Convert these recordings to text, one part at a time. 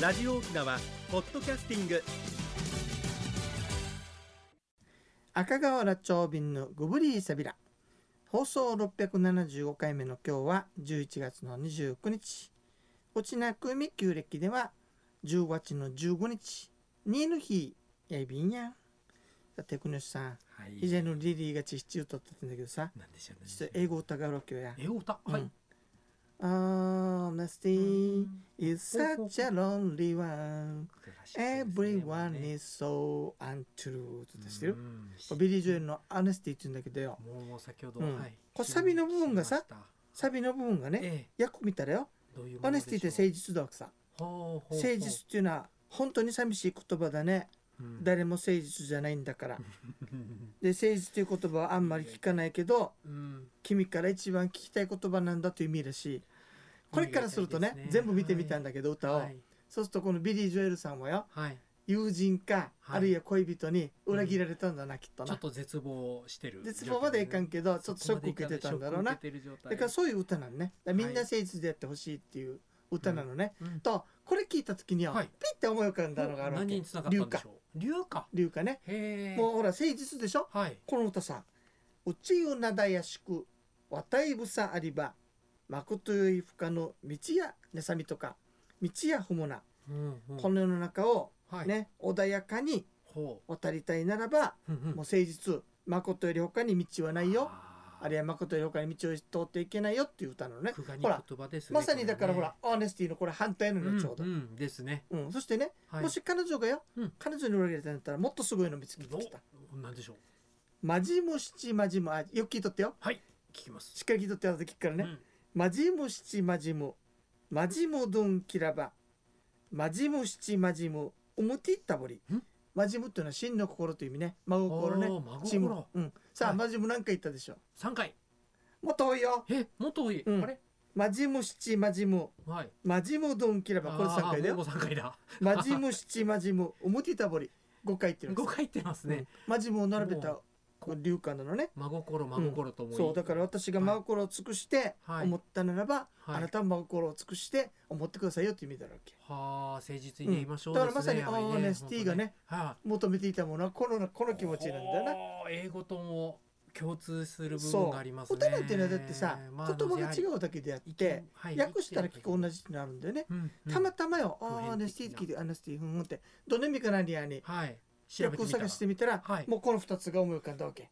ラジオ沖縄ポッドキャスティング赤瓦町便のグブリーサビラ放送675回目の今日は11月の29日落ちなくみ旧暦では10月の15日ニーヌヒーやいびんやんさて国吉さんはい以前のリリーがちひち歌ってたんだけどさなんでしょうねちょっと英語歌がろきょうやえ歌うんはい、 Honesty is such a lonely one クラシックですね everyone もうね is so untrue ってしてうるんビリー・ジョエルの Honesty って言うんだけどよもう先ほど、うんはいこれサビの部分がさ聞きましたサビの部分がね、え訳見たらよ、えどういうオネスティって誠実実だわけさ。ほうほうほう誠実っていうのは本当に寂しい言葉だね。うん誰も誠実じゃないんだから。うんで、誠実という言葉はあんまり聞かないけど、うん君から一番聞きたい言葉なんだという意味らしい。これからするといね、いですね全部見てみたんだけど、歌を、はいそうするとこのビリー・ジョエルさんはよ、はい友人か、はいあるいは恋人に裏切られたんだな、きっとちょなっ。と絶望してる絶望までいかんけど、ちょっとショック受けてたんだろうな。ショック受けてる状態だからそういう歌なのね。だからみんな誠実でやってほしいっていう歌なのね。うんとこれ聞いた時には、はいピッて思い浮かんだのがあるわ何けに繋がったんでしょう龍か龍歌ねへえもうほら誠実でしょはいこの歌さ「うちうなだやしくわたいぶさありばまことよいふかの道やねさみとか道やふもな、うんうんこの世の中をはいね、穏やかにほ渡りたいならば、うももう誠実まことより他に道はないよああるいはまことより他に道を通っていけないよっていう歌なのね苦がにほら言葉ですねまさにだからほら、こオーネスティのこれ反対なれのねよちょうど、んんですねうん、そしてねはいもし彼女がよ、うん彼女に裏切られたんだったらもっとすごいの見つけてきた。おなんでしょうマジもしちマジもあよく聞いとってよはい聞きますしっかり聞いとってあとで聞くからね、うんマジもしちマジもマジもどんきらばマジもしちマジもおもていったぼりんマジムっていうのは真の心という意味ね真心ねおー真心チームうん、さあ、はいマジム何回言ったでしょう三回もっと多いよえもっと多いうんあれマジもしちマジもはいマジもどんきらばこれ3回だあーもうよ三回だマジもしちマジもおもていったぼり5回言ってるんで五す回言ってますねうんマジムを並べたもこう流感なのね真心真心と思いそうだから私が真心を尽くしてはい思ったならば、はいあなたも真心を尽くして思ってくださいよっていう意味だろうけはあ誠実に言いましょうでうんすねだからまさにやっぱりねオーネスティがね本当はい求めていたものはこのこの気持ちなんだなおー英語とも共通する部分そがありますうね歌なんていうのはだってさ、まあ言葉が違うだけであって、はい訳したら結構同じになるんだよね、うんうんたまたまよ「普遍的なああアネスティ」って聞いて「アネスティ」ふんふんってどの意味か何やにはい調べ訳てをみたら探してみたら、はいもうこの2つが思い浮かんだわけ、うん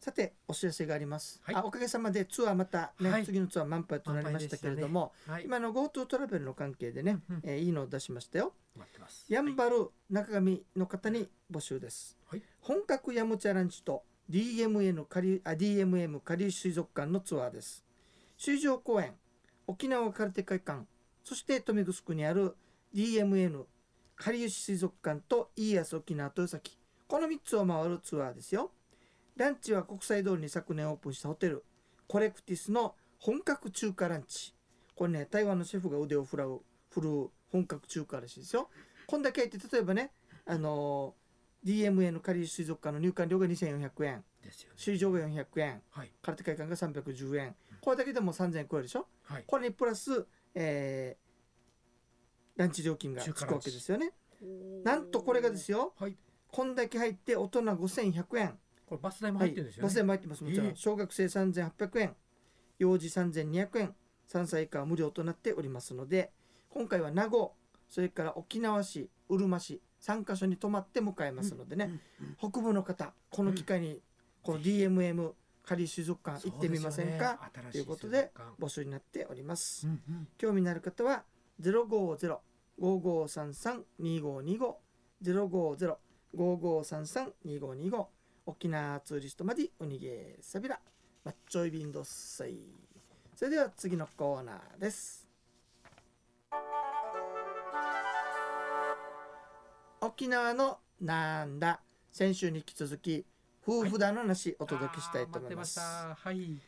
さてお知らせがあります、はいあおかげさまでツアーまた、ねはい次のツアー満杯となりましたけれども、はい今の GoTo トラベルの関係でね、うんうんえーいいのを出しましたよ。待ってますやんばる中上の方に募集です。はい本格ヤムチャランチと DMN 下流あ DMM 下流水族館のツアーです。水上公園、沖縄カルテ会館、そして豊見城にある DMN 下流水族館とイーアス沖縄豊崎、この3つを回るツアーですよ。ランチは国際通りに昨年オープンしたホテル、コレクティスの本格中華ランチ。これね、台湾のシェフが腕を振らう、振るう本格中華らしいですよ。こんだけ入って例えばね、あのー、DMA の仮水族館の入館料が2400円ですよね水上が400円はい空手会館が310円これだけでも3000円超えるでしょはいこれにプラス、えーランチ料金がつくわけですよねなんとこれがですよはいこんだけ入って大人5100円これバス代もは入っいてるんですよねバス代も入ってますもちろええん小学生3800円幼児3200円3歳以下は無料となっておりますので今回は名護それから沖縄市うるま市3カ所に泊まって向かいますのでね、北部の方この機会にこの DMM 仮水族館行ってみませんか、そうとでいすよねうことで新募集になっております、しい水族館うんうん興味のある方は050-5533-2525 050-5533-2525沖縄ツーリストまでおにげさびらマッチョイビンドッサイそれでは次のコーナーです沖縄のなんだ先週に引き続き夫婦だの話お届けしたいと思います、あー待ってまし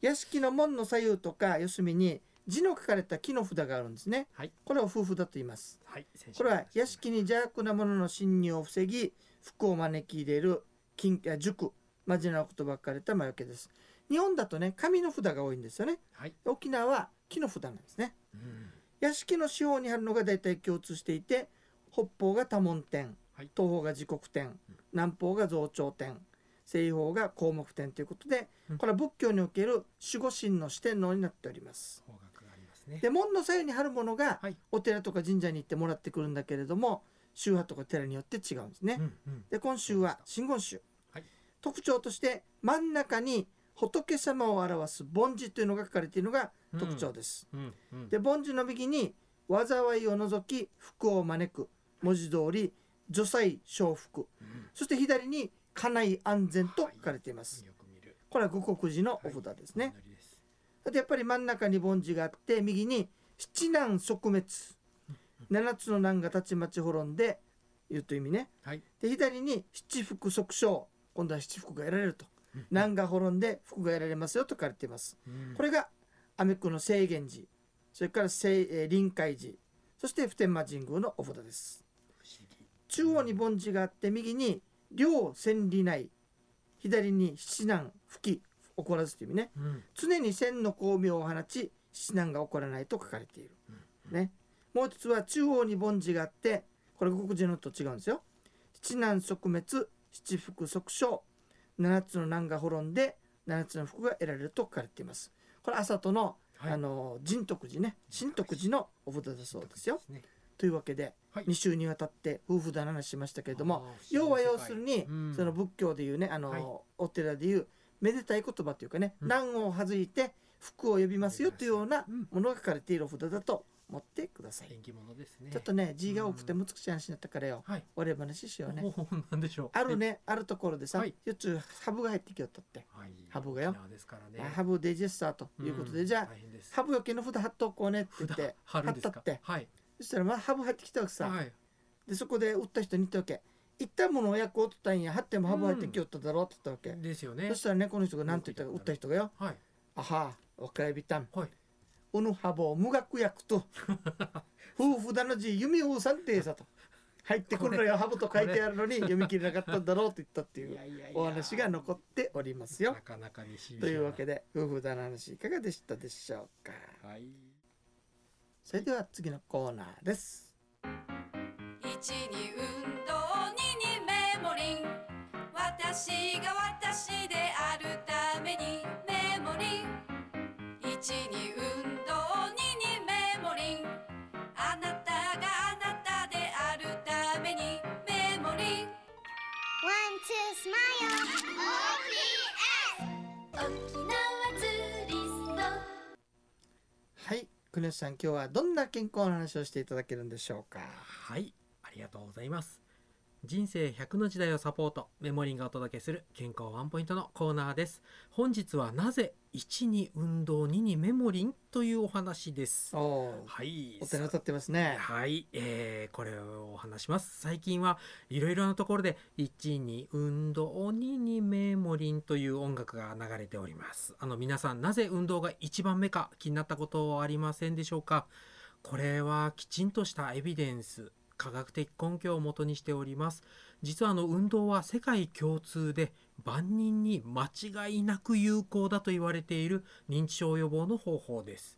屋敷の門の左右とか四隅に字の書かれた木の札があるんですね、はいこれを夫婦だと言いますたはいはい先週これは屋敷に邪悪なものの侵入を防ぎ服を招き入れる金や塾マジなことばっかりた魔除けです日本だとね紙の札が多いんですよねはい沖縄は木の札なんですねうん屋敷の四方にあるのが大体共通していて北方が多聞天、はい東方が時刻天、南方が増長天西方が項目天ということで、うんこれは仏教における守護神の四天王になっております。方角がありますね。で門の左右に貼るものがはい。お寺とか神社に行ってもらってくるんだけれども宗派とか寺によって違うんですね。うんうん。で今週は真言宗、はい特徴として真ん中に仏様を表す梵字というのが書かれているのが特徴です、うんうん。で梵字の右に災いを除き福を招く文字通り除災祥福うんそして左に家内安全と書かれています、よく見る。これは五穀寺のお札ですね、はい。お祈りですあとやっぱり真ん中に凡字があって右に七難即滅七つの難がたちまち滅んで言うという意味ね、はいで左に七福即勝今度は七福が得られるとうん難が滅んで福が得られますよと書かれています、うんこれがアメックの清源寺それから清えー臨海寺そして普天間神宮のお札です不思議。中央に凡字があって右に両千里内左に七難吹き怒らずという意味ねうん。常に千の光明を放ち七難が起こらないと書かれているうん、ね、もう一つは中央に凡字があってこれ国人のと違うんですよ七難即滅七福即勝七つの難が滅んで七つの福が得られると書かれていますこれ朝との、はいあの神徳寺ね神徳寺のお札だそうですよすね。というわけで、はい2週にわたって夫婦だ話しましたけれどもあー要は要するに、うんその仏教でいうねあの、はいお寺でいうめでたい言葉というかね、うん難を弾いて福を呼びますよというようなうんものが書かれているお札だと思ってください、縁起物ですね。ちょっとね字が多くて難しい話になったからよ、はい。俺話しようねおーなんでしょう。あるねあるところでさ、はいよっちゅうハブが入ってきよったって、はい。ハブがよ沖縄ですからね。ハブをデジェスターということで、じゃああ大変です。ハブよけの札貼っとこうねって言っ札て貼るんです貼かっ。たってはい。そしたらまあハブ入ってきたわけさ、はい。でそこで売った人に言ったわけ一旦もの親子を取ったんや貼ってもハブ入ってきよっただろうって言ったわけ、ですよねそ。したらねこの人が何と言ったか売った人がよはい。あはあ、若いびたん。はい。うぬはぼう無学 薬と。夫婦だのじ、弓をさんてえさと。入ってくるのよ、ハブと書いてあるのに読み切れなかったんだろうと言ったってい ういやいお話が残っておりますよな。かなかにしというわけで。で、夫婦だの話いかがでしたでしょうか。はい。それでは次のコーナーです。一に運動二にメモリン私が私であるためにメモリン一に運動二にメモリンあなたがあなたであるためにメモリン One, two, smile. OPS. 沖縄ツーリスト。はい、くねさん、今日はどんな健康の話をしていただけるんでしょうか。はい。ありがとうございます。人生100の時代をサポート、メモリンがお届けする健康ワンポイントのコーナーです。本日はなぜ1に運動、2にメモリンというお話です。おおー、はい。お寺立ってますね。はい、えーこれをお話します最近はいろいろなところで1に運動2にメモリンという音楽が流れておりますあの皆さんなぜ運動が1番目か気になったことありませんでしょうかこれはきちんとしたエビデンス科学的根拠をもとにしております実はあの運動は世界共通で万人に間違いなく有効だと言われている認知症予防の方法です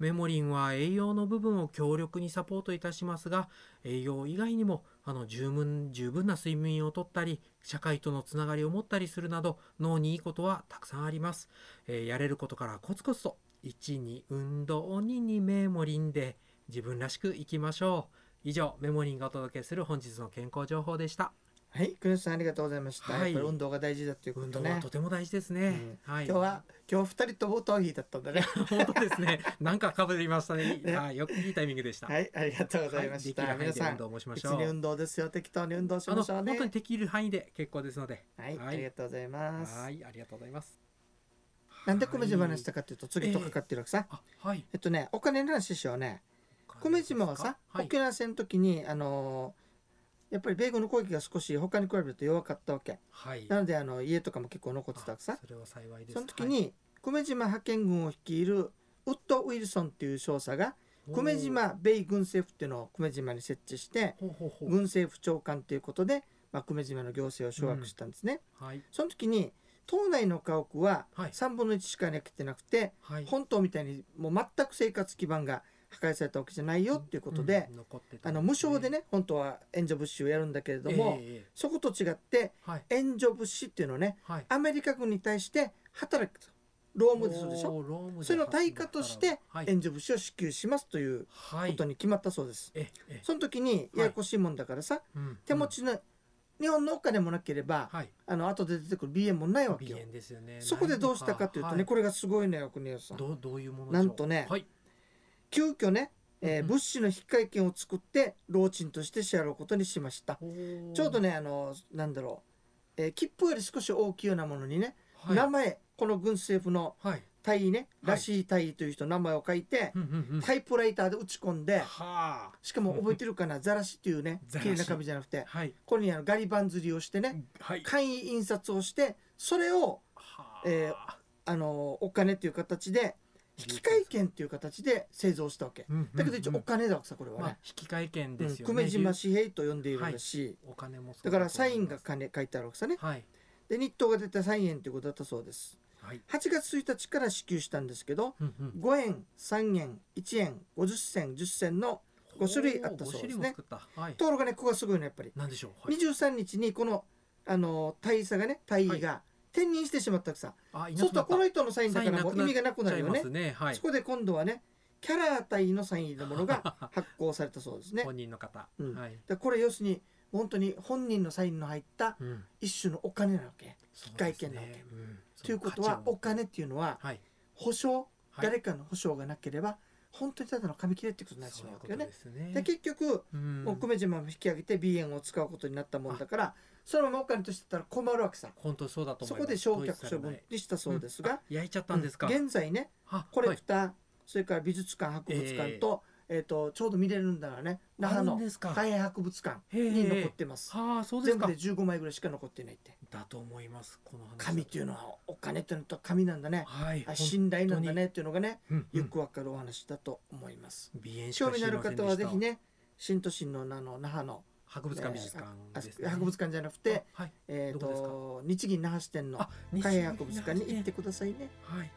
メモリンは栄養の部分を強力にサポートいたしますが栄養以外にもあの十分十分な睡眠をとったり社会とのつながりを持ったりするなど脳にいいことはたくさんあります、えーやれることからコツコツと1に運動2にメモリンで自分らしくいきましょう以上メモリンがお届けする本日の健康情報でしたはい、くねさん、ありがとうございました。はいやっぱり運動が大事だというこ運と動ね。はとても大事ですね、はい今日は今日二人とも頭皮だったんだね。本当ですねなんかかぶりましたねねはいよくいいタイミングでしたはい、ありがとうございました。はい、で皆きる範囲でさん運、動もしまし別ょにう運動ですよ。適当に運動しあまのしょうね本当。にできる範囲で結構ですので。はい、はいありがとうございます。はい、ありがとうございます。なんで米島は話いしたかというと、次とかかってるわけさ。あ、はい。えっとね、お金の話しようね。米島はさ、はい沖。縄戦の時に、あのーやっぱり米軍の攻撃が少し他に比べると弱かったわけ。はい。なので、あの家とかも結構残ってたわけさあ。それは幸いです。その時はい、に、米島派遣軍を率いるウッド・ウィルソンっていう少佐が久米島米軍政府っていうのを久米島に設置しておー。ほうほうほう。軍政府長官ということで、まあ、久米島の行政を掌握したんですね、はい。その時に島内の家屋ははい3分の1しかなくてなくて、はい。本島みたいにもう全く生活基盤が破壊されたわけじゃないよっていうことで、うん残ってたあの無償でね本当は援助物資をやるんだけれども、ええええそこと違ってはい援助物資っていうのはねはいアメリカ軍に対して働くと労務でするでしょおーロームでそれの対価としてはい援助物資を支給しますというはこいとに決まったそうです、ええその時にややこしいもんだからさ、うん手持ちの日本のお金もなければ、はいあの後で出てくる BM もないわけ鼻よ炎ですよねそこでどうしたかというとね、はいこれがすごいのよ国枝さんどうどういうものなんとねはい急遽ね、えーうんうん物資の引換券を作って老賃として支払うことにしました、ちょうどね、ねあのなんだろう、えー切符より少し大きいようなものにね、はい、名前この軍政府のはい、隊員ね、はいらしい隊員という人の名前を書いて、うんうんうん、タイプライターで打ち込 んではあしかも覚えてるかなザラシっていうね ザラ綺シ麗な紙じゃなくてはいこれにあのガリ版刷りをしてねはい簡易印刷をしてそれをはあえあのお金という形で引換券という形で製造したわけうんうんうんだけど一応お金だわけさこれはまあね、引換券うでんすよね、久米島紙幣と呼んでいるらしい、お金もそだうかとら思サいインまがす金書いてあるわけさねはいで日当が出た3円ということだったそうですはい8月1日から支給したんですけどうんうん5円3円1円50銭10銭の五種類あったそうですおー五種ね類も作ったはいところがねここがすごいのやっぱりなんでしょう、はい、 23日にこのあの大佐がね大尉が転任してしまったわけさ、あいそうするとこのい人のサインだからもう意味がなくなくななっるちゃいよまねすねはいそこで今度はねキャラー隊のサインのものが 発行されたそうですね本人の方、うんはい、でこれ要するに本当に本人のサインの入ったうん、一種のお金なわけ引換券なわけうん、ということはお金っていうのははい、保証はい誰かの保証がなければ本当にただの紙切れってことになってしそまうわうけよいうことねで。すねで結局うんもう久米島も引き上げて B 円を使うことになったもんだからそのままお金としてたら困るわけさ本当そうだと思そいまこすで焼統一さ却れ処な分いにしたそうですが、焼いちゃったんですか、うん現在ねあコレはいクター、それから美術館博物館と,、えーとちょうど見れるんだからね那覇あのるんですか海洋博物館へえに残ってます、はあそうです全部かで15枚ぐらいしか残ってないってだと思いますこの話紙っていうのはお金っていうのと紙なんだねはいあ信頼なんだ本当にねっていうのがねうんよくわかるお話だと思います、うん鼻炎し興か味知のありるませんでした方はぜひね新都心のあの那覇の博物館美術館あです、ね、博物館じゃなくて、あはいえー、どこですと日銀那覇支店のあ海洋博物館に行ってくださいね。はい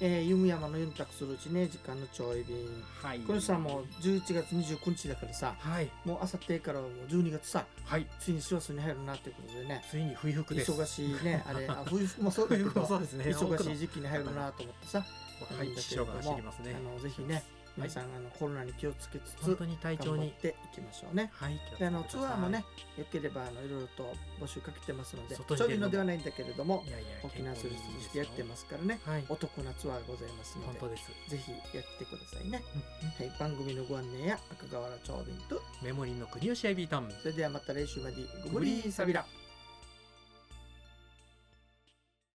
えー、ユムヤマの4択するうちね時間のちょい便はいこれさもう11月29日だからさはいもうあさってからはもう12月さはいついに師走に入るなっていうことでねついに冬服です忙しいね あれあ冬服もそうだけ冬ど服もそうですね忙しい時期に入るなと思ってさ多くのなはんいだけれ白どがも走りますねあのぜひね皆さん、あのコロナに気をつけつ本つ当に体調頑張っにていきましょうね。はい気をつけでてあのくだツさいアーもねよければあのいろいろと募集かけてますので外にそう出るいうのものではないんだけれどもいやいや沖縄スルスとしてやってすますからねはいお得なツアーがございますの本で当です、ぜひやってくださいね。うんうんはい、番組のご案内や赤瓦長瓶とメモリーの国吉エビータンそれではまた来週までご無理サビラ。